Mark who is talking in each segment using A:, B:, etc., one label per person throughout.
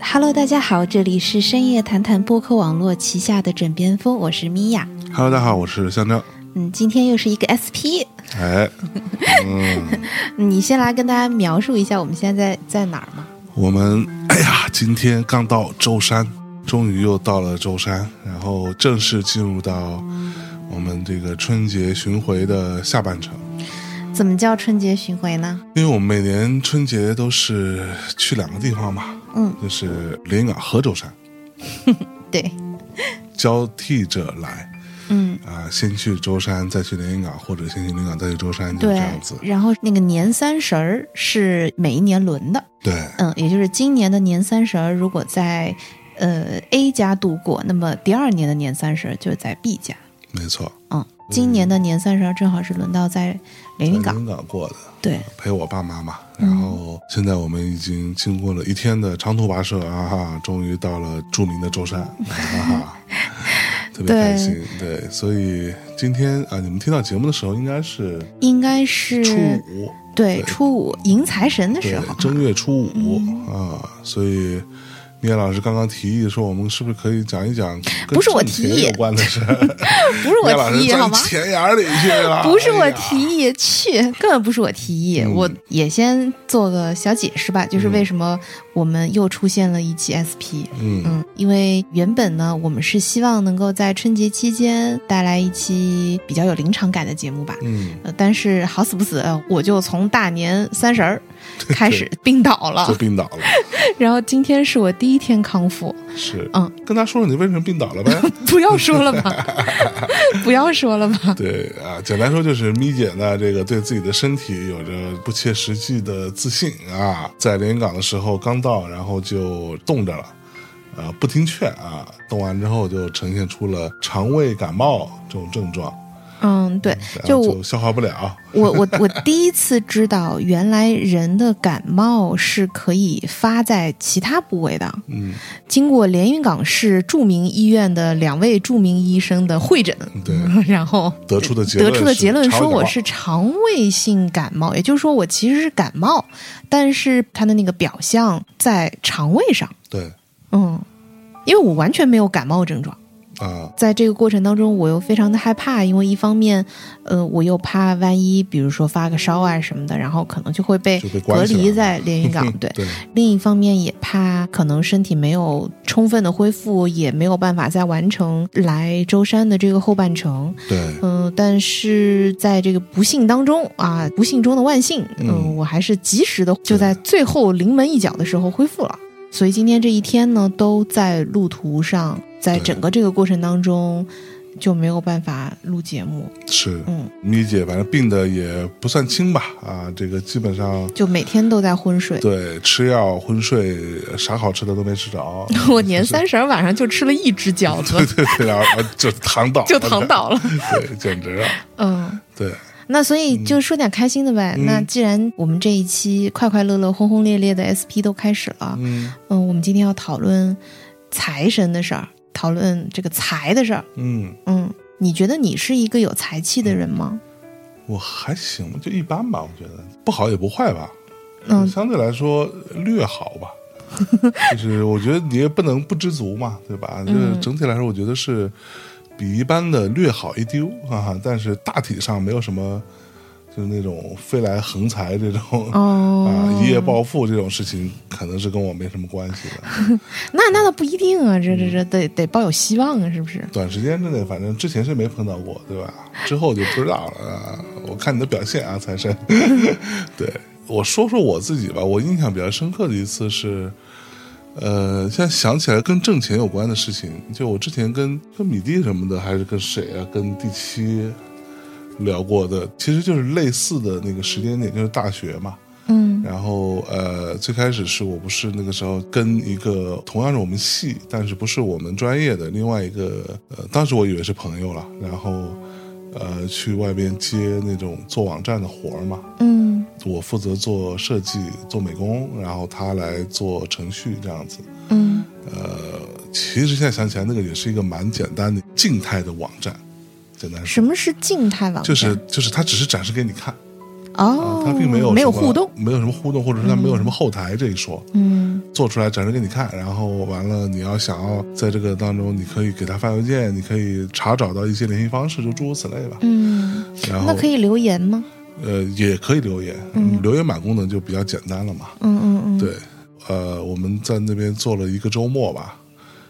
A: Hello，大家好，这里是深夜谈谈播客网络旗下的枕边风，我是米娅。
B: Hello，大家好，我是香蕉。
A: 嗯，今天又是一个 SP，
B: 哎，嗯，
A: 你先来跟大家描述一下我们现在在在哪儿吗？
B: 我们 哎呀，今天刚到舟山，终于又到了舟山，然后正式进入到我们这个春节巡回的下半程。
A: 怎么叫春节巡回呢？
B: 因为我们每年春节都是去两个地方嘛，
A: 嗯，
B: 就是连云港和舟山
A: 对，
B: 交替着来
A: 嗯，
B: 啊、先去舟山，再去连云港，或者先去连云港，再去舟山，就这
A: 对
B: 样子。。
A: 然后那个年三十儿是每一年轮的，
B: 对，
A: 嗯，也就是今年的年三十儿如果在呃 A 家度过，那么第二年的年三十儿就是在 B 家。
B: 没错，
A: 嗯，今年的年三十儿正好是轮到在连云港，
B: 连云港过的。
A: 对，
B: 陪我爸妈嘛。然后现在我们已经经过了一天的长途跋涉啊哈，终于到了著名的舟山啊 哈，特别开心。对所以今天啊，你们听到节目的时候应该是
A: 应该是
B: 初五，
A: 对
B: 对
A: 初五迎财神的时
B: 对
A: 候，，
B: 正月初五、
A: 嗯
B: 啊，所以。聂老师刚刚提议说，我们是不是可以讲一讲跟
A: 不是我
B: 挣钱
A: 提议
B: 有关的事儿？
A: 不是
B: 聂老
A: 我
B: 师
A: 提议
B: 钻
A: 好吗？
B: 钱眼儿里去了，
A: 不是我
B: 哎呀嗯
A: 提议，去根本不是我提议，我也先做个小解释吧，就是为什么我们又出现了一期 SP。
B: 嗯，
A: 嗯，因为原本呢，我们是希望能够在春节期间带来一期比较有临场感的节目吧。
B: 嗯，
A: 呃，但是好死不死，呃我就从大年三十儿开始病倒
B: 就
A: 了，
B: 病倒了，
A: 然后今天是我第一天康复。
B: 是，
A: 嗯，
B: 跟他说说你为什么病倒了呗，
A: 不要说了 吧，不要说了吧。
B: 对啊，简单说就是咪姐呢，这个对自己的身体有着不切实际的自信啊，在连云港的时候刚到，然后就冻着了，呃，不听劝啊，冻完之后就呈现出了肠胃感冒这种症状，
A: 嗯，对，
B: 然
A: 就
B: 后
A: 我
B: 就消化不了，
A: 我我我第一次知道，原来人的感冒是可以发在其他部位的。
B: 嗯，
A: 经过连云港市著名医院的两位著名医生的会诊，
B: 嗯对，
A: 然后
B: 得出的结
A: 嗯得
B: 论
A: 出的结论
B: 是
A: 说
B: 肠胃感
A: 我
B: 冒
A: 是肠胃性感冒，也就是说我其实是感冒，但是它的那个表象在肠胃上。
B: 对
A: 嗯，因为我完全没有感冒症状。
B: 啊，
A: 在这个过程当中，我又非常的害怕，因为一方面，呃，我又怕万一，比如说发个烧啊什么的，然后可能就会被
B: 就被关
A: 隔
B: 起来
A: 离
B: 了
A: 在连云 港。对，
B: 对
A: 另一方面也怕可能身体没有充分的恢复，也没有办法再完成来舟山的这个后半程。
B: 对，
A: 嗯、但是在这个不幸当中啊，不幸中的万幸，嗯、
B: 嗯
A: 我还是及时的就在最后临门一脚的时候恢复了。所以今天这一天呢，都在路途上，在
B: 对
A: 整个这个过程当中就没有办法录节目，
B: 是
A: 嗯，
B: 咪姐，反正病的也不算轻吧啊，这个基本上。
A: 就每天都在昏睡。
B: 对，吃药、昏睡，啥好吃的都没吃着。
A: 我年三十儿晚上就吃了一只饺子，
B: 对对，然后就躺倒，
A: 就躺，倒了。
B: 对，简直了，
A: 嗯，
B: 对，
A: 那所以就说点开心的呗。
B: 嗯
A: 那既然我们这一期快快乐乐、轰轰烈烈的 SP 都开始了，
B: 嗯
A: 嗯，我们今天要讨论财神的事儿，讨论这个财的事儿。
B: 嗯，
A: 嗯，你觉得你是一个有财气的人吗？
B: 我还行，就一般吧，我觉得不好也不坏吧，
A: 嗯
B: 相对来说略好 吧。就是我觉得你也不能不知足嘛，对吧？
A: 嗯
B: 就是整体来说，我觉得是比一般的略好一丢啊，但是大体上没有什么，就是那种飞来横财这种、
A: 哦，
B: 啊一夜暴富这种事情，可能是跟我没什么关系的。
A: 那那倒不一定啊，这
B: 嗯
A: 这这得得抱有希望啊，是不是？
B: 短时间之内，反正之前是没碰到过，对吧？之后就不知道了。啊我看你的表现啊，财神。 对，我说说我自己吧。我印象比较深刻的一次是，呃，现在想起来跟挣钱有关的事情，就我之前跟跟米蒂什么的，还是跟谁啊，跟第七聊过的，其实就是类似的那个时间点，就是大学嘛。
A: 嗯
B: 然后呃，最开始是我不是那个时候跟一个同样是我们系，但是不是我们专业的另外一个呃，当时我以为是朋友了，然后呃去外边接那种做网站的活儿嘛，
A: 嗯
B: 我负责做设计、做美工，然后他来做程序这样子。
A: 嗯
B: 呃，其实现在想起来，那个也是一个蛮简单的静态的网站，简单说
A: 什么是静态网站？
B: 就是就是他只是展示给你看，
A: 哦，
B: 他并没有
A: 没有
B: 什么
A: 互动。
B: 没有什么互动，或者是他没有什么后台这一说。
A: 嗯
B: 做出来展示给你看，然后完了你要想要在这个当中，你可以给他发邮件，你可以查找到一些联系方式，就诸如此类吧。
A: 嗯，
B: 然
A: 那
B: 后
A: 可以留言吗？
B: 呃也可以留言，嗯、留言板功能就比较简单了嘛。
A: 嗯嗯嗯，
B: 对，呃，我们在那边做了一个周末吧，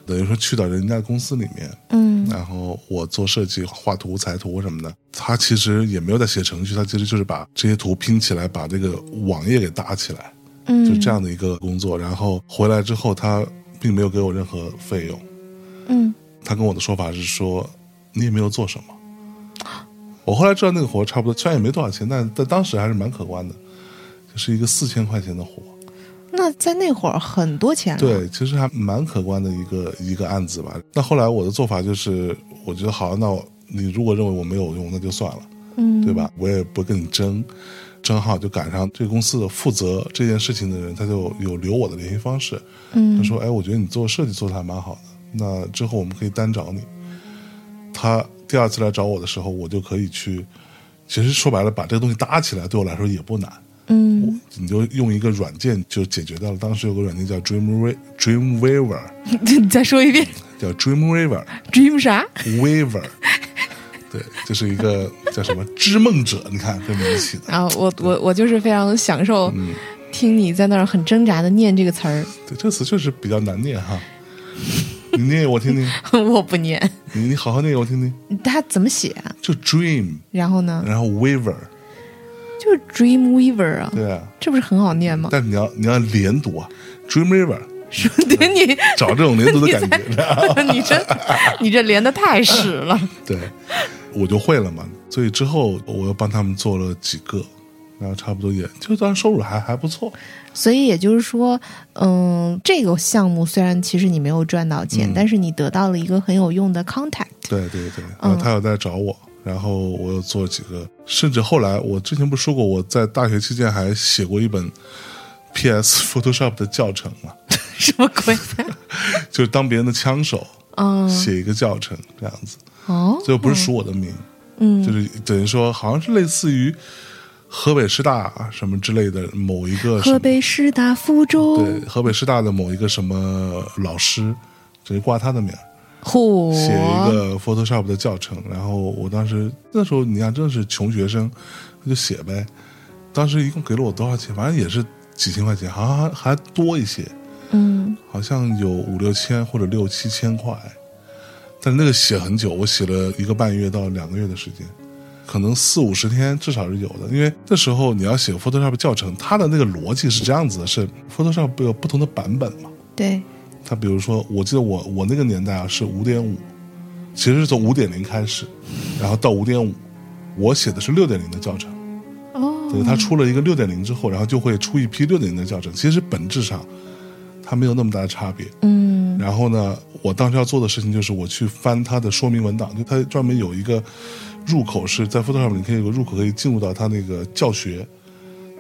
B: 等于说去到人家公司里面，
A: 嗯
B: 然后我做设计、画图、裁图什么的。他其实也没有在写程序，他其实就是把这些图拼起来，把这个网页给搭起来，
A: 嗯，
B: 就这样的一个工作。然后回来之后，他并没有给我任何费用，
A: 嗯，
B: 他跟我的说法是说，你也没有做什么。我后来知道那个活差不多，虽然也没多少钱，但但当时还是蛮可观的，就是一个四千块钱的活。
A: 那在那会儿很多钱了，，
B: 对，其实还蛮可观的一个一个案子吧。那后来我的做法就是，我觉得好，那我你如果认为我没有用，那就算了，
A: 嗯，
B: 对吧？我也不跟你争。正好就赶上这个公司的负责这件事情的人，他就有留我的联系方式。
A: 嗯
B: 他说：“哎，我觉得你做设计做的还蛮好的，那之后我们可以单找你。”他第二次来找我的时候，我就可以去。其实说白了，把这个东西搭起来对我来说也不难。
A: 嗯，
B: 你就用一个软件就解决掉了。当时有个软件叫 Dream Dreamweaver，
A: 你再说一遍
B: 叫 Dreamweaver
A: ，dream 啥？
B: Weaver，对，就是一个叫什么织梦者，你看跟你一起的。
A: 啊，我我我就是非常享受
B: 嗯
A: 听你在那儿很挣扎的念这个词儿，
B: 对，这个词确实比较难念哈。你念我听听，
A: 我不念，
B: 你你好好念我听听，
A: 它怎么写啊？
B: 就 dream，
A: 然后呢，
B: 然后 weaver，
A: 就是 dream weaver 啊，
B: 对啊，
A: 这不是很好念吗？
B: 但是你要你要连读啊，dream weaver，
A: 说的你，
B: 找这种连读的感觉，
A: 你这你这连的太屎了。
B: 对，我就会了嘛。所以之后我又帮他们做了几个，然后差不多也就当然收入还还不错，
A: 所以也就是说，嗯，这个项目虽然其实你没有赚到钱，
B: 嗯
A: 但是你得到了一个很有用的 contact。
B: 对对对，
A: 嗯
B: 然后他有在找我，然后我又做几个，甚至后来我之前不是说过，我在大学期间还写过一本 PS Photoshop 的教程嘛，
A: 什么 鬼？
B: 就是当别人的枪手
A: 嗯，
B: 写一个教程这样子，
A: 哦，
B: 最后不是署我的名，
A: 嗯
B: 就是等于说好像是类似于河北师大啊什么之类的某一个什
A: 河
B: 么，
A: 北师大附中
B: 对，，河北师大的某一个什么老师，就是挂他的名儿。
A: 嚯，
B: 写一个 Photoshop 的教程，然后我当时那时候你看真的是穷学生，那就写呗。当时一共给了我多少钱？反正也是几千块钱，好像还还多一些，
A: 嗯
B: 好像有五六千或者六七千块。但是那个写很久，我写了一个半月到两个月的时间，可能四五十天至少是有的。因为那时候你要写 Photoshop 教程，它的那个逻辑是这样子的：是 Photoshop 有不同的版本嘛？
A: 对，
B: 它比如说，我记得我我那个年代啊是五点五，其实是从五点零开始，然后到五点五，我写的是六点零的教程。
A: 哦，
B: 对，它出了一个六点零之后，然后就会出一批六点零的教程。其实本质上，它没有那么大的差别。
A: 嗯
B: 然后呢，我当时要做的事情就是我去翻它的说明文档，就它专门有一个入口是在 Photoshop 里可以有个入口可以进入到它那个教学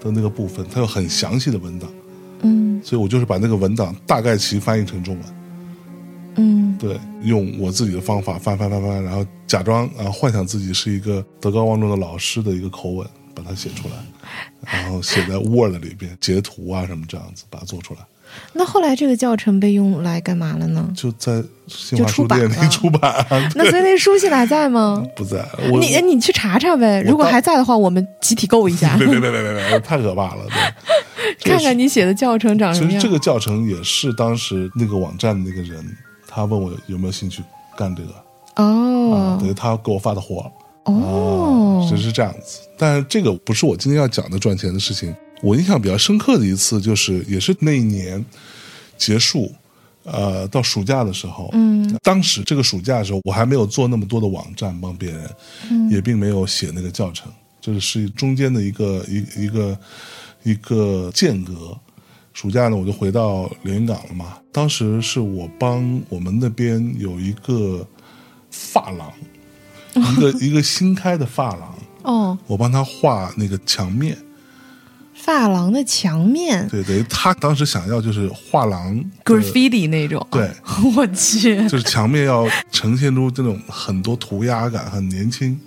B: 的那个部分，它有很详细的文档，
A: 嗯
B: 所以我就是把那个文档大概其翻译成中文。
A: 嗯
B: 对，用我自己的方法翻翻翻翻，然后假装啊、幻想自己是一个德高望重的老师的一个口吻，把它写出来，然后写在 Word 里边，截图啊什么这样子把它做出来，
A: 那后来这个教程被用来干嘛了呢？
B: 就在新华
A: 就
B: 书
A: 出版
B: 店里
A: 了
B: 出版啊，
A: 那所以那书现在还在吗？
B: 不在我。
A: 你哎你去查查呗，如果
B: 到
A: 还在的话，我们集体购一 下，
B: 别别别别别别！太可怕了。 对，
A: 看看你写的教程长什
B: 其
A: 么
B: 实
A: 样。
B: 这个教程也是当时那个网站的那个人，他问我有没有兴趣干这个，啊
A: 哦，
B: 等于他给我发的活儿。
A: 哦，
B: 只是这样子。但这个不是我今天要讲的赚钱的事情。我印象比较深刻的一次，就是也是那一年结束，呃，到暑假的时候，
A: 嗯，
B: 当时这个暑假的时候，我还没有做那么多的网站帮别人，也并没有写那个教程，这是中间的一个一一个一个间隔。暑假呢，我就回到连云港了嘛。当时是我帮我们那边有一个发廊，一个一个新开的发廊，
A: 哦，
B: 我帮他画那个墙面。
A: 发廊的墙面
B: 对，等于他当时想要就是画廊的，
A: graffiti 那种，
B: 对，
A: 我去，
B: 就是墙面要呈现出这种很多涂鸦感，很年轻，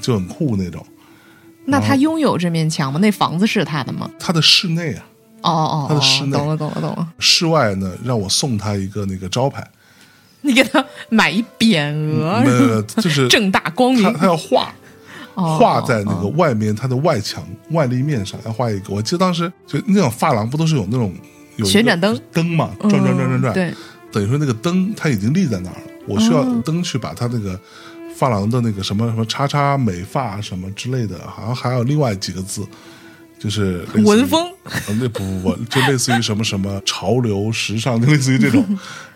B: 就很酷那种。
A: 那他拥有这面墙吗？那房子是他的吗？
B: 他的室内啊，
A: 哦哦，
B: 他的室
A: 哦
B: 内
A: 懂了懂了懂了。
B: 室外呢，让我送他一个那个招牌，
A: 你给他买一匾额，
B: 嗯没有没有，
A: 是吧
B: 就是
A: 哎 正大光明
B: 他，他要画，
A: 哦
B: 画在那个外面，它的外墙外立面上要画一个。我记得当时就那种发廊不都是有那种有一个
A: 旋转灯
B: 灯嘛，转转转转转，
A: 嗯对，
B: 等于说那个灯它已经立在那儿了，我需要
A: 嗯
B: 灯去把它那个发廊的那个什么什么叉叉美发什么之类的，好像还有另外几个字。就是类似于
A: 文风，
B: 呃那不不不，就类似于什么什么潮流、时尚，就类似于 这种，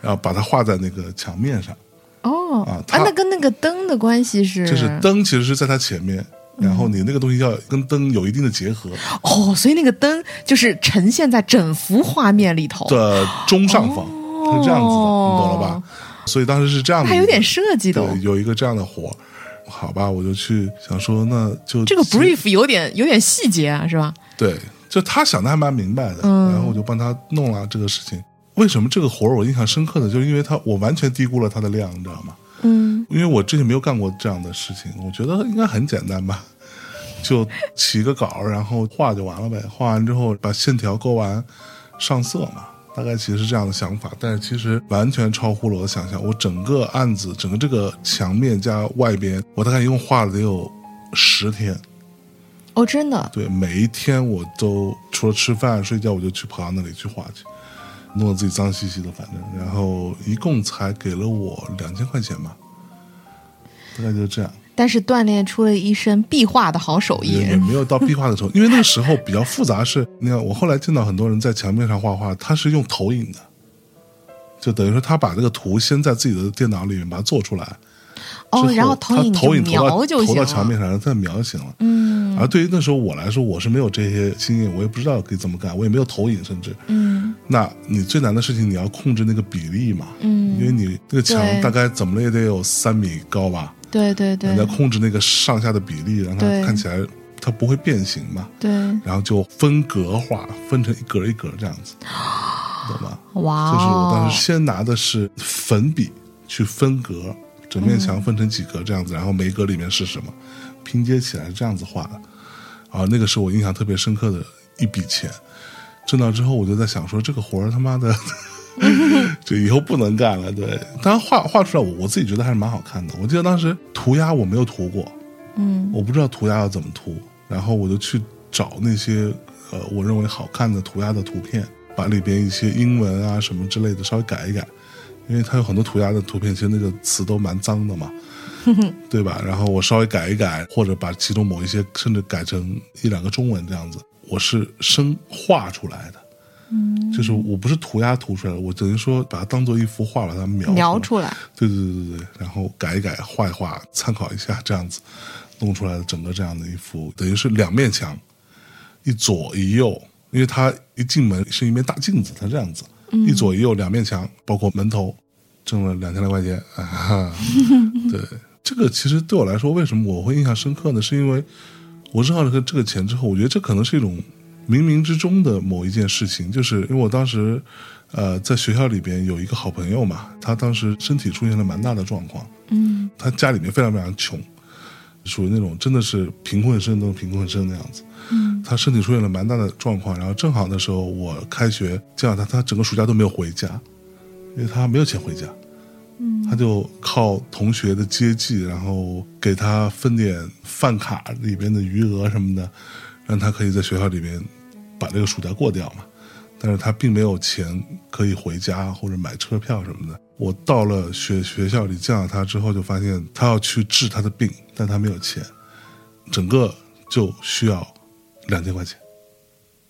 B: 然后把它画在那个墙面上。
A: 哦
B: 啊他
A: 那跟那个灯的关系是
B: 就是灯其实是在它前面，然后你那个东西要跟灯有一定的结合
A: 哦，所以那个灯就是呈现在整幅画面里头，
B: 的中上方，它是这样子的，你懂了吧？所以当时是这样的一
A: 还
B: 个，
A: 有点设计的哦。
B: 对，有一个这样的活儿，好吧，我就去想说，那就
A: 这个
B: 接
A: brief 有点有点细节啊，是吧？
B: 对，就他想的还蛮明白的，
A: 嗯
B: 然后我就帮他弄了这个事情。为什么这个活儿我印象深刻呢？就是因为他我完全低估了他的量，你知道吗？
A: 嗯，
B: 因为我之前没有干过这样的事情，我觉得应该很简单吧， 就起个稿，然后画就完了呗。画完之后把线条勾完，上色嘛，大概其实是这样的想法。但是其实完全超乎了我的想象。我整个案子，整个这个墙面加外边，我大概一共画了得有十天。
A: 哦，真的，
B: 对，每一天我都除了吃饭睡觉，我就去跑到那里去画去，弄得自己脏兮兮的，反正，然后一共才给了我两千块钱吧，大概就这样，
A: 但是锻炼出了一身壁画的好手艺
B: 也。也没有到壁画的程度，因为那个时候比较复杂是，你看我后来见到很多人在墙面上画画，他是用投影的。就等于说，他把这个图先在自己的电脑里面把它做出来，之
A: 哦，然后
B: 投
A: 影
B: 投
A: 就
B: 影投
A: 描
B: 到
A: 就
B: 投
A: 行
B: 到墙
A: 了。
B: 面上，然后再描就行了。
A: 嗯
B: 而对于那时候我来说，我是没有这些经验，我也不知道可以怎么干，我也没有投影，甚至，
A: 嗯，
B: 那你最难的事情你要控制那个比例嘛，
A: 嗯
B: 因为你那个墙
A: 对
B: 大概怎么了也得有三米高吧，
A: 对对对
B: 你要控制那个上下的比例，让它
A: 对
B: 看起来它不会变形嘛，
A: 对，
B: 然后就分格化，分成一格一格这样 子，懂吗？
A: 哇、哦！
B: 就是我当时先拿的是粉笔去分格，整面墙分成几格这样子，然后每一格里面是什么，拼接起来是这样子画的。啊，那个是我印象特别深刻的一笔钱。挣到之后，我就在想说，这个活儿他妈的，就以后不能干了。对，当然画画出来我，我自己觉得还是蛮好看的。我记得当时涂鸦我没有涂过，
A: 嗯，
B: 我不知道涂鸦要怎么涂，然后我就去找那些呃我认为好看的涂鸦的图片，把里边一些英文啊什么之类的稍微改一改，因为它有很多涂鸦的图片，其实那个词都蛮脏的嘛，对吧？然后我稍微改一改，或者把其中某一些甚至改成一两个中文这样子，我是生画出来的。嗯，就是我不是涂鸦涂出来的，我等于说把它当做一幅画，把它描
A: 描
B: 来
A: 出来，
B: 对对对对对，然后改一改，画一画，参考一下，这样子弄出来的整个这样的一幅，等于是两面墙，一左一右，因为它一进门是一面大镜子，它这样子，一左一右两面墙，包括门头，挣了两千来块钱啊哈，对，这个其实对我来说，为什么我会印象深刻呢？是因为我挣到这个这个钱之后，我觉得这可能是一种冥冥之中的某一件事情，就是因为我当时，呃，在学校里边有一个好朋友嘛，他当时身体出现了蛮大的状况，
A: 嗯
B: 他家里面非常非常穷，属于那种真的是贫困生中的贫困生那样子。
A: 嗯，
B: 他身体出现了蛮大的状况，然后正好那时候我开学见到他，他整个暑假都没有回家，因为他没有钱回家。
A: 嗯，
B: 他就靠同学的接济，然后给他分点饭卡里边的余额什么的，让他可以在学校里面把这个暑假过掉嘛。但是他并没有钱可以回家或者买车票什么的。我到了学学校里见到他之后，就发现他要去治他的病，但他没有钱，整个就需要两千块钱。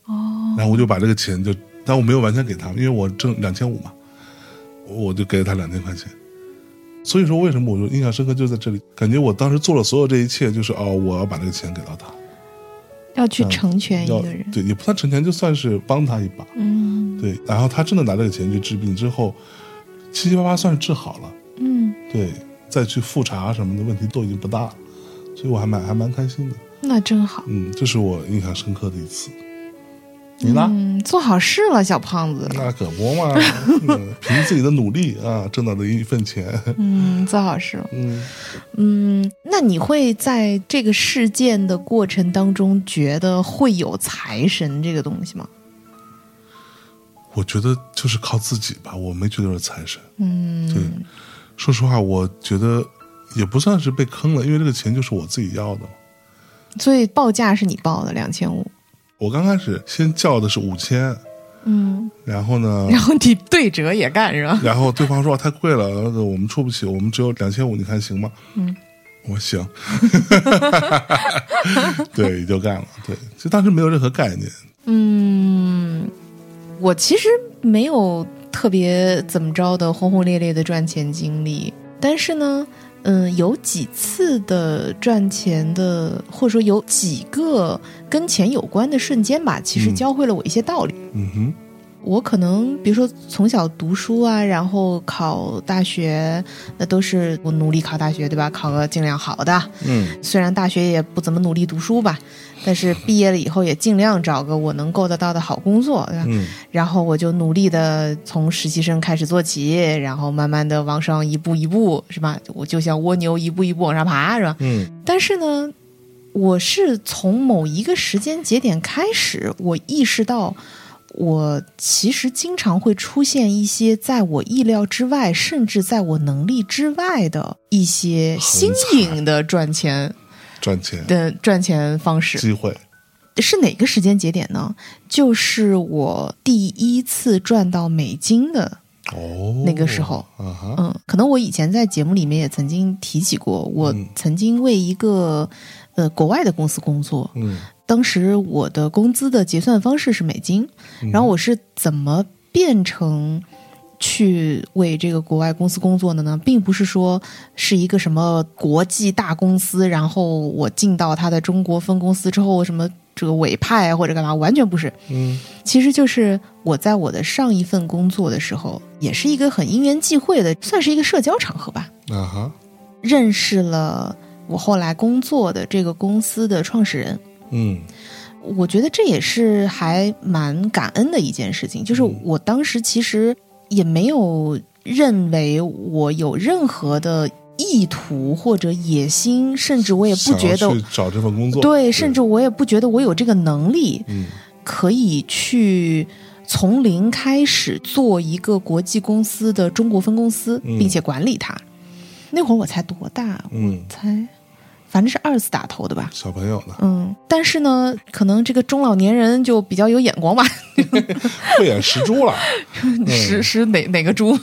A: 哦，
B: 然后我就把这个钱就，但我没有完全给他，因为我挣两千五嘛，我就给了他两千块钱。所以说，为什么我就印象深刻，就在这里，感觉我当时做了所有这一切，就是哦，我要把这个钱给到他，
A: 要去成全
B: 嗯要
A: 一个人，
B: 对，也不算成全，就算是帮他一把，
A: 嗯
B: 对。然后他真的拿这个钱去治病之后，七七八八算是治好了，
A: 嗯，
B: 对，再去复查什么的问题都已经不大了，所以我还蛮还蛮开心的，
A: 那真好。
B: 嗯，这是我印象深刻的一次。你呢？
A: 嗯，做好事了，小胖子。
B: 那可不嘛，嗯凭自己的努力啊，挣到的一份钱。
A: 嗯，做好事了。
B: 嗯，
A: 嗯，那你会在这个事件的过程当中，觉得会有财神这个东西吗？
B: 我觉得就是靠自己吧，我没觉得是财神。对
A: 嗯，
B: 说实话，我觉得也不算是被坑了，因为这个钱就是我自己要的嘛。
A: 所以报价是你报的两千五，
B: 我刚开始先叫的是五千，
A: 嗯，
B: 然后呢，
A: 然后你对折也干是吧？
B: 然后对方说啊太贵了，那个我们出不起，我们只有两千五，你看行吗？
A: 嗯，
B: 我说行， 对，就干了。对，就当时没有任何概念，
A: 嗯，我其实没有特别怎么着的轰轰烈烈的赚钱经历，但是呢，嗯，有几次的赚钱的，或者说有几个跟钱有关的瞬间吧，其实
B: 嗯
A: 教会了我一些道理。
B: 嗯哼，
A: 我可能比如说从小读书啊，然后考大学，那都是我努力考大学，对吧？考个尽量好的，
B: 嗯
A: 虽然大学也不怎么努力读书吧，但是毕业了以后也尽量找个我能够得到的好工作，对吧？
B: 嗯
A: 然后我就努力的从实习生开始做起，然后慢慢的往上一步一步，是吧？我就像蜗牛一步一步往上爬，是吧？
B: 嗯
A: 但是呢，我是从某一个时间节点开始，我意识到，我其实经常会出现一些在我意料之外，甚至在我能力之外的一些新颖的赚钱
B: 赚钱
A: 的赚钱方式。
B: 机会，
A: 是哪个时间节点呢？就是我第一次赚到美金的
B: 哦，
A: 那个时候
B: 啊哈，
A: 嗯，可能我以前在节目里面也曾经提起过，我
B: 嗯
A: 曾经为一个呃国外的公司工作，
B: 嗯，
A: 当时我的工资的结算方式是美金，
B: 嗯
A: 然后我是怎么变成去为这个国外公司工作的呢？并不是说是一个什么国际大公司，然后我进到他的中国分公司之后，什么这个委派啊或者干嘛，完全不是。
B: 嗯
A: 其实就是我在我的上一份工作的时候，也是一个很因缘际会的，算是一个社交场合吧，
B: 啊哈，
A: 认识了我后来工作的这个公司的创始人。
B: 嗯
A: 我觉得这也是还蛮感恩的一件事情，就是
B: 嗯
A: 我当时其实也没有认为我有任何的意图或者野心，甚至我也不
B: 想
A: 觉
B: 要
A: 得
B: 去找这份工作，
A: 对，甚至我也不觉得我有这个能力。
B: 嗯
A: 可以去从零开始做一个国际公司的中国分公司，
B: 嗯
A: 并且管理它。那会儿我才多大？
B: 嗯，
A: 才反正是二次打头的吧。
B: 小朋友呢，
A: 嗯，但是呢，可能这个中老年人就比较有眼光吧，
B: 慧眼识珠了，
A: 是是哪哪个猪？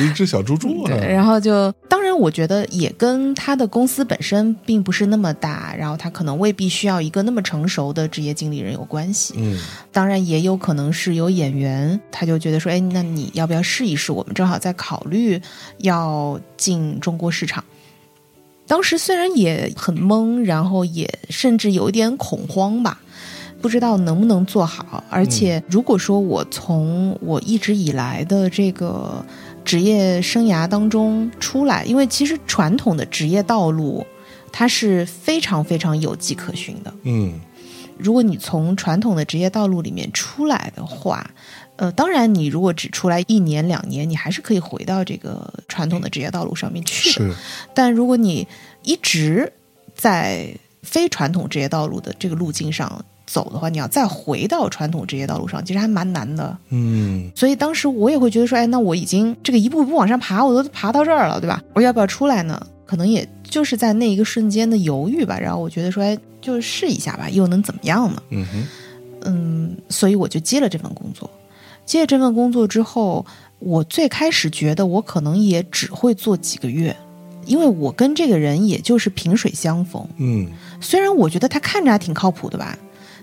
B: 一只小猪猪，
A: 对，然后就当然，我觉得也跟他的公司本身并不是那么大，然后他可能未必需要一个那么成熟的职业经理人有关系。
B: 嗯
A: 当然也有可能是有演员，他就觉得说，哎，那你要不要试一试？我们正好在考虑要进中国市场。当时虽然也很懵，然后也甚至有一点恐慌吧，不知道能不能做好。而且如果说我从我一直以来的这个职业生涯当中出来，因为其实传统的职业道路它是非常非常有迹可循的。
B: 嗯
A: 如果你从传统的职业道路里面出来的话，呃，当然你如果只出来一年两年，你还是可以回到这个传统的职业道路上面去的。
B: 是，
A: 但如果你一直在非传统职业道路的这个路径上走的话，你要再回到传统职业道路上，其实还蛮难的。
B: 嗯
A: 所以当时我也会觉得说，哎，那我已经这个一步一步往上爬，我都爬到这儿了，对吧？我要不要出来呢？可能也就是在那一个瞬间的犹豫吧。然后我觉得说，哎，就试一下吧，又能怎么样呢？
B: 嗯哼，
A: 嗯，所以我就接了这份工作。接了这份工作之后，我最开始觉得我可能也只会做几个月，因为我跟这个人也就是萍水相逢。
B: 嗯，
A: 虽然我觉得他看着还挺靠谱的吧，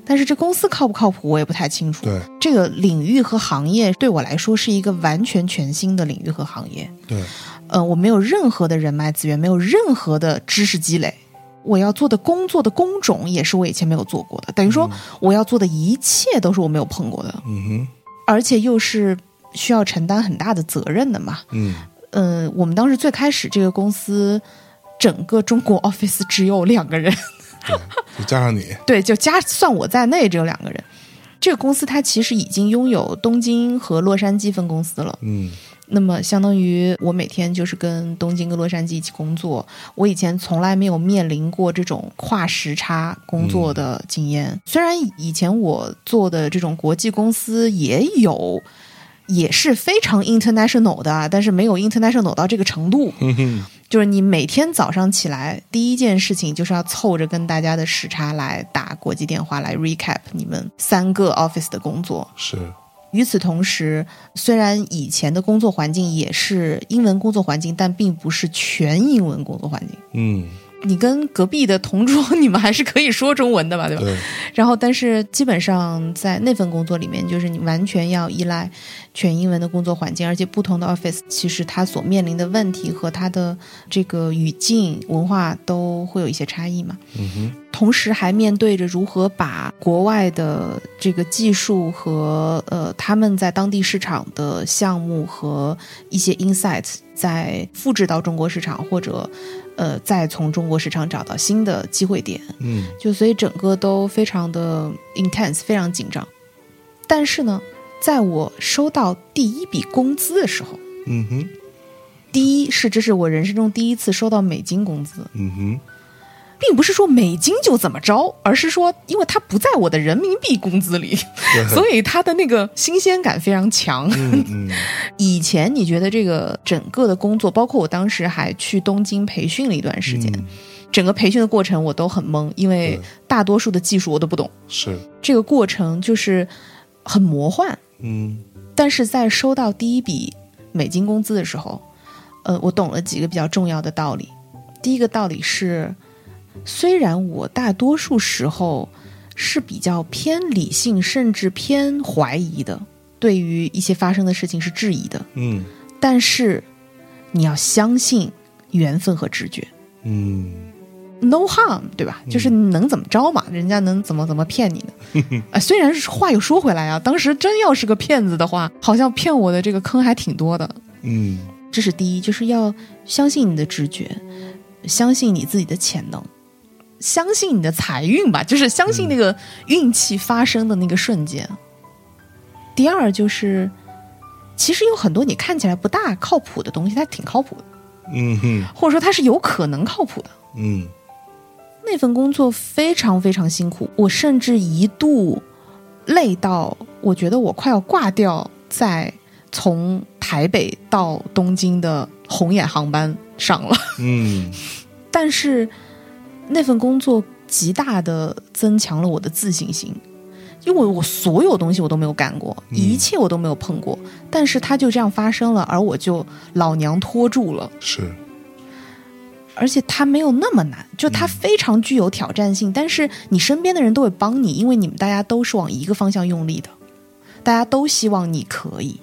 A: 但是这公司靠不靠谱我也不太清楚。
B: 对
A: 这个领域和行业对我来说是一个完全全新的领域和行业。
B: 对，
A: 呃，我没有任何的人脉资源，没有任何的知识积累。我要做的工作的工种也是我以前没有做过的，等于说我要做的一切都是我没有碰过的，
B: 嗯哼，
A: 而且又是需要承担很大的责任的嘛。
B: 嗯
A: 嗯，我们当时最开始这个公司，整个中国 office 只有两个人，
B: 就加上你，
A: 对，就加算我在内只有两个人。这个公司它其实已经拥有东京和洛杉矶分公司了，
B: 嗯
A: 那么相当于我每天就是跟东京跟洛杉矶一起工作。我以前从来没有面临过这种跨时差工作的经验，虽然以前我做的这种国际公司也有。也是非常 international 的啊，但是没有 international 到这个程度。
B: 嗯哼，
A: 就是你每天早上起来，第一件事情就是要凑着跟大家的时差来打国际电话，来 recap 你们三个 office 的工作。
B: 是，
A: 与此同时，虽然以前的工作环境也是英文工作环境，但并不是全英文工作环境。
B: 嗯，
A: 你跟隔壁的同桌， 你们还是可以说中文的吧，对吧？
B: 对，
A: 然后，但是基本上在那份工作里面，就是你完全要依赖全英文的工作环境，而且不同的 office 其实它所面临的问题和它的这个语境、文化都会有一些差异嘛。
B: 嗯哼，
A: 同时还面对着如何把国外的这个技术和呃他们在当地市场的项目和一些 insight 再复制到中国市场，或者呃再从中国市场找到新的机会点。
B: 嗯，
A: 就所以整个都非常的 intense，非常紧张。但是呢，在我收到第一笔工资的时候，
B: 嗯哼，
A: 第一是这是我人生中第一次收到美金工资，
B: 嗯哼，
A: 并不是说美金就怎么着，而是说因为它不在我的人民币工资 里，
B: 对，
A: 所以它的那个新鲜感非常强。
B: 嗯嗯
A: 以前你觉得这个整个的工作，包括我当时还去东京培训了一段 时间，
B: 嗯
A: 整个培训的过程我都很懵，因为
B: 对
A: 大多数的技术我都不懂。
B: 是，
A: 这个过程就是很魔幻。
B: 嗯
A: 但是在收到第一笔美金工资的时候，呃，我懂了几个比较重要的道理。第一个道理是，虽然我大多数时候是比较偏理性，甚至偏怀疑的，对于一些发生的事情是质疑的，
B: 嗯
A: 但是你要相信缘分和直觉。
B: 嗯
A: no harm，对吧？就是你能怎么着嘛？人家能怎么怎么骗你呢？啊，虽然是话又说回来啊，当时真要是个骗子的话，好像骗我的这个坑还挺多的。
B: 嗯
A: 这是第一，就是要相信你的直觉，相信你自己的潜能，相信你的财运吧，就是相信那个运气发生的那个瞬间。第二就是，其实有很多你看起来不大靠谱的东西，它挺靠谱的，
B: 嗯哼，
A: 或者说它是有可能靠谱的。
B: 嗯
A: 那份工作非常非常辛苦，我甚至一度累到我觉得我快要挂掉，在从台北到东京的红眼航班上了。
B: 嗯
A: 但是那份工作极大的增强了我的自信心，因为我所有东西我都没有干过，
B: 嗯
A: 一切我都没有碰过，但是它就这样发生了，而我就老娘拖住了。
B: 是，
A: 而且它没有那么难，就它非常具有挑战性。但是你身边的人都会帮你，因为你们大家都是往一个方向用力的，大家都希望你可以。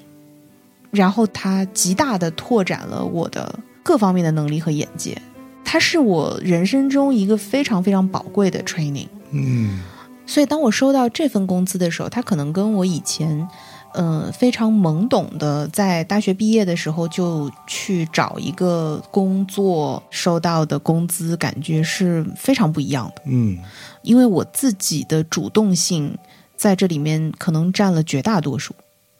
A: 然后它极大的拓展了我的各方面的能力和眼界，它是我人生中一个非常非常宝贵的 training。
B: 嗯
A: 所以当我收到这份工资的时候，它可能跟我以前，呃，非常懵懂的在大学毕业的时候就去找一个工作收到的工资，感觉是非常不一样的。
B: 嗯
A: 因为我自己的主动性在这里面可能占了绝大多数，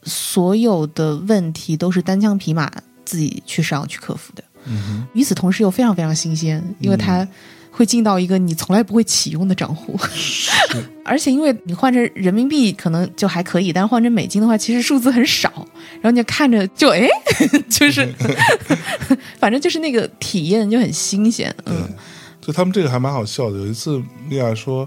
A: 所有的问题都是单枪匹马自己去上去克服的。
B: 嗯哼，
A: 与此同时又非常非常新鲜，因
B: 嗯
A: 为它会进到一个你从来不会启用的账户， 而且因为你换成人民币可能就还可以，但是换成美金的话，其实数字很少，然后你就看着就哎， 就是 反正就是那个体验就很新鲜，嗯
B: 对，就他们这个还蛮好笑的。有一次，米娅说，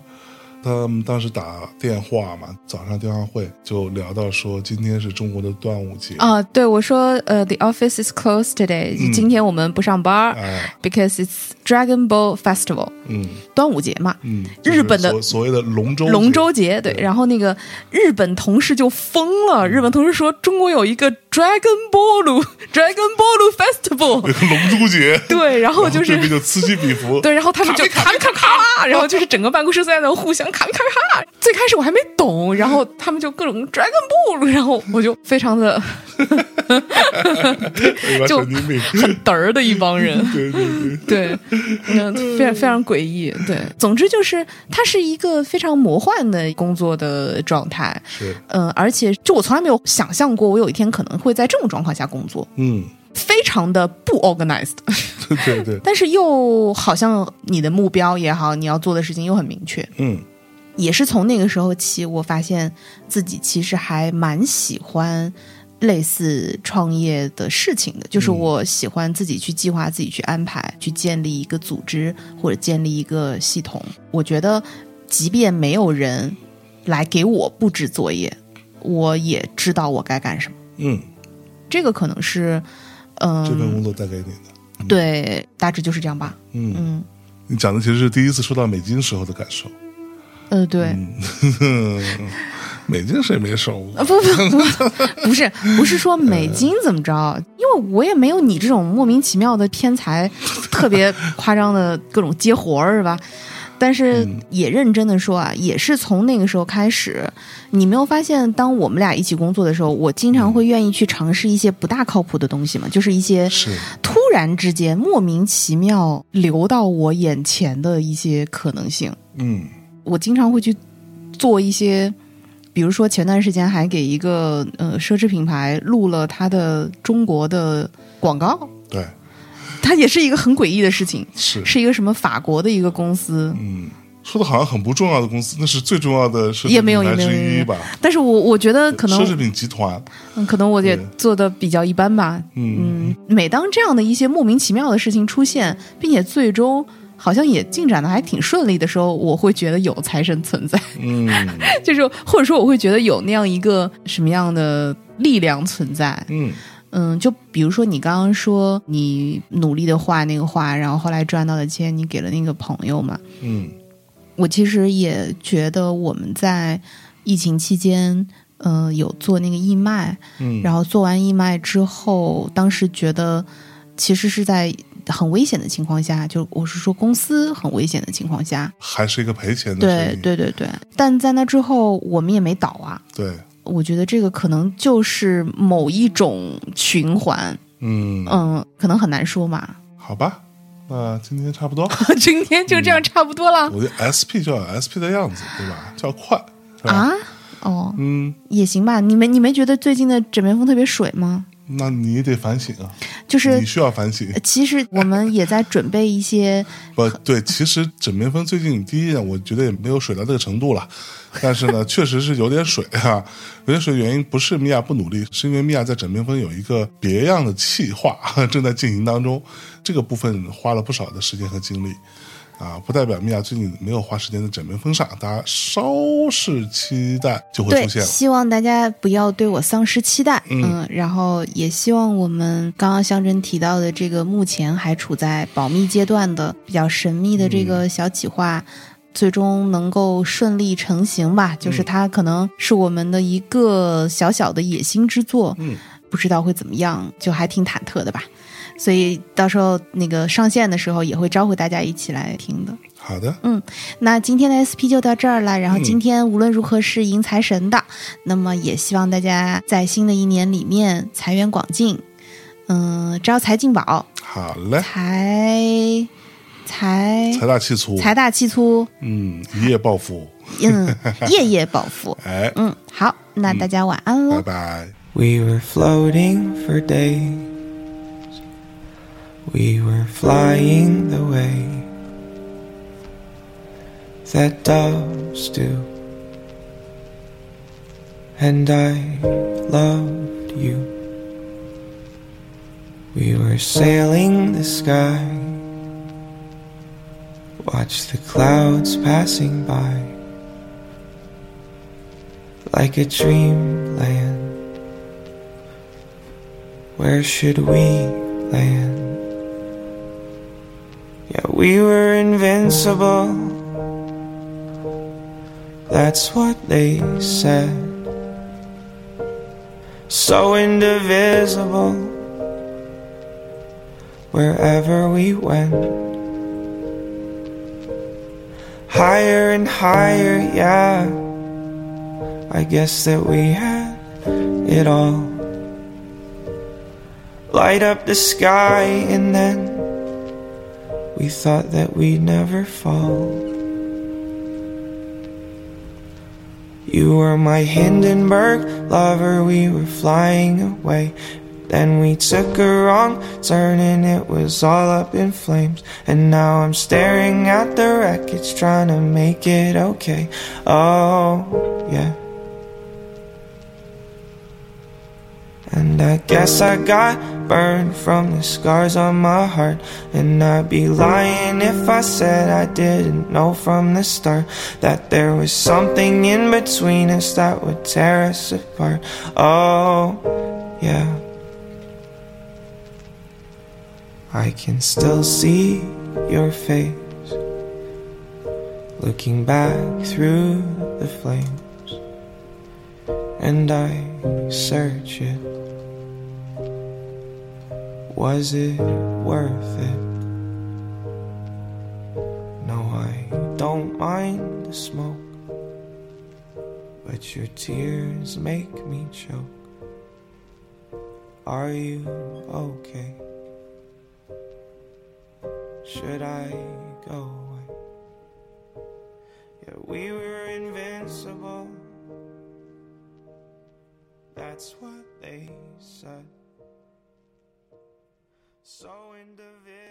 B: 他们当时打电话嘛，早上电话会就聊到说，今天是中国的端午节，
A: 啊，对我说呃，the office is closed today，、
B: 嗯
A: 今天我们不上班儿、
B: 哎，
A: b e c a u s e it's Dragon Ball Festival，
B: 嗯
A: 端午节嘛，
B: 嗯，
A: 日本的
B: 就是所所谓的龙舟
A: 龙舟
B: 节
A: 节，对，嗯
B: 对
A: 然后那个日本同事就疯了，日本同事说中国有一个 Dragon Ball Dragon Ball
B: 有
A: Festival，
B: 个 龙珠节，
A: 对，然后就
B: 这边
A: 是。
B: 就此起彼 伏，
A: 对，然后他们就咔咔咔，然后就是整个办公室在那互相咔咔咔。最开始我还没懂，然后他们就各种 Dragon Ball，然后我就非常的
B: 对吧，
A: 就
B: 神经病，
A: 很嘚儿的一帮人。
B: 对对对，
A: 对，嗯，非常非常诡异。对，总之就是它是一个非常魔幻的工作的状态。
B: 是，
A: 嗯，而且就我从来没有想象过，我有一天可能会在这种状况下工作，
B: 嗯，
A: 非常的不 organized，
B: 对对对，
A: 但是又好像你的目标也好，你要做的事情又很明确。
B: 嗯
A: 也是从那个时候起，我发现自己其实还蛮喜欢类似创业的事情的，就是我喜欢自己去计划、自己去安排、去建立一个组织或者建立一个系统。我觉得，即便没有人来给我布置作业，我也知道我该干什么。
B: 嗯，
A: 这个可能是，嗯、
B: 这份工作带给你的，
A: 对，大致就是这样吧。
B: 嗯，
A: 嗯，
B: 你讲的其实是第一次收到美金时候的感受，
A: 呃，对，
B: 美金谁没收过？
A: 啊 不不不，不是不是说美金怎么着，因为我也没有你这种莫名其妙的天才，特别夸张的各种接活儿是吧？但是也认真的说啊，也是从那个时候开始，你没有发现，当我们俩一起工作的时候，我经常会愿意去尝试一些不大靠谱的东西嘛，就是一些
B: 是，
A: 突然之间莫名其妙流到我眼前的一些可能性。
B: 嗯
A: 我经常会去做一些，比如说前段时间还给一个呃奢侈品牌录了他的中国的广告，
B: 对，
A: 它也是一个很诡异的事情，
B: 是，
A: 是一个什么法国的一个公司，
B: 嗯，说的好像很不重要的公司，那是最重要的奢侈
A: 也没有
B: 品牌
A: 也没有也没
B: 之一
A: 有
B: 吧？
A: 但是我我觉得可
B: 奢侈
A: 能
B: 品集团，
A: 嗯可能我也
B: 对
A: 做的比较一般吧，
B: 嗯，
A: 嗯，每当这样的一些莫名其妙的事情出现，并且最终。好像也进展的还挺顺利的时候，我会觉得有财神存在，
B: 嗯
A: 就是或者说我会觉得有那样一个什么样的力量存在，
B: 嗯
A: 嗯，就比如说你刚刚说你努力的画那个画，然后后来赚到的钱你给了那个朋友嘛，
B: 嗯
A: 我其实也觉得我们在疫情期间，嗯、有做那个义卖，
B: 嗯，
A: 然后做完义卖之后，当时觉得其实是在很危险的情况下，就我是说公司很危险的情况下，
B: 还是一个赔钱的
A: 对
B: 生意，
A: 对对对，但在那之后我们也没倒啊，
B: 对，
A: 我觉得这个可能就是某一种循环，
B: 嗯，
A: 嗯，可能很难说嘛，
B: 好吧，那今天差不多，
A: 今天就这样差不多了、
B: 我觉得 SP 就要有 SP 的样子，对吧？就要快，是吧？
A: 啊？哦，
B: 嗯，
A: 也行吧。你没你没觉得最近的枕边风特别水吗？
B: 那你得反省啊，
A: 就是
B: 你需要反省
A: 呃。其实我们也在准备一些，
B: 不对，其实枕边风最近第一呢，我觉得也没有水到这个程度了，但是呢，确实是有点水啊。有点水原因不是米娅不努力，是因为米娅在枕边风有一个别样的企划正在进行当中，这个部分花了不少的时间和精力。啊，不代表米娅最近没有花时间在枕边风上，大家稍事期待就会
A: 对，
B: 出现了。
A: 希望大家不要对我丧失期待，嗯然后也希望我们刚刚香珍提到的这个目前还处在保密阶段的比较神秘的这
B: 嗯
A: 个小企划。最终能够顺利成型
B: 嗯
A: 吧，就是它可能是我们的一个小小的野心之作，
B: 嗯，
A: 不知道会怎么样，就还挺忐忑的吧。所以到时候那个上线的时候也会招呼大家一起来听的。
B: 好的，
A: 那今天的 SP 就到这儿了，然后今天无论如何是迎财神的，那么也希望大家在新的一年里面财源广进，嗯，招财进宝，
B: 好嘞，
A: 财财
B: 财大气粗，
A: 财大气粗，
B: 嗯，一夜暴富，
A: 嗯，夜夜暴富，
B: 哎，
A: 嗯，好，那大家晚安喽
B: 拜。拜。
C: We were floating for days. We were flying the way that doves do. And I loved you. We were sailing the sky. Watch the clouds passing by like a dreamland. Where should we land? Yeah, we were invincible. That's what they said. So indivisible. Wherever we went. Higher and higher, yeah. I guess that we had it all light up the sky, and then we thought that we'd never fall. You were my Hindenburg lover, we were flying away. Then we took a wrong turn and it was all up in flames. And now I'm staring at the wreckage trying to make it okay. Oh, yeah. And I guess I got burned from the scars on my heart. And I'd be lying if I said I didn't know from the start that there was something in between us that would tear us apart. Oh, yeah. I can still see your face looking back through the flames. And I search it. Was it worth it? No, I don't mind the smoke, but your tears make me choke. Are you okay? Should I go away? Yet we were invincible. That's what they said. So indivisible.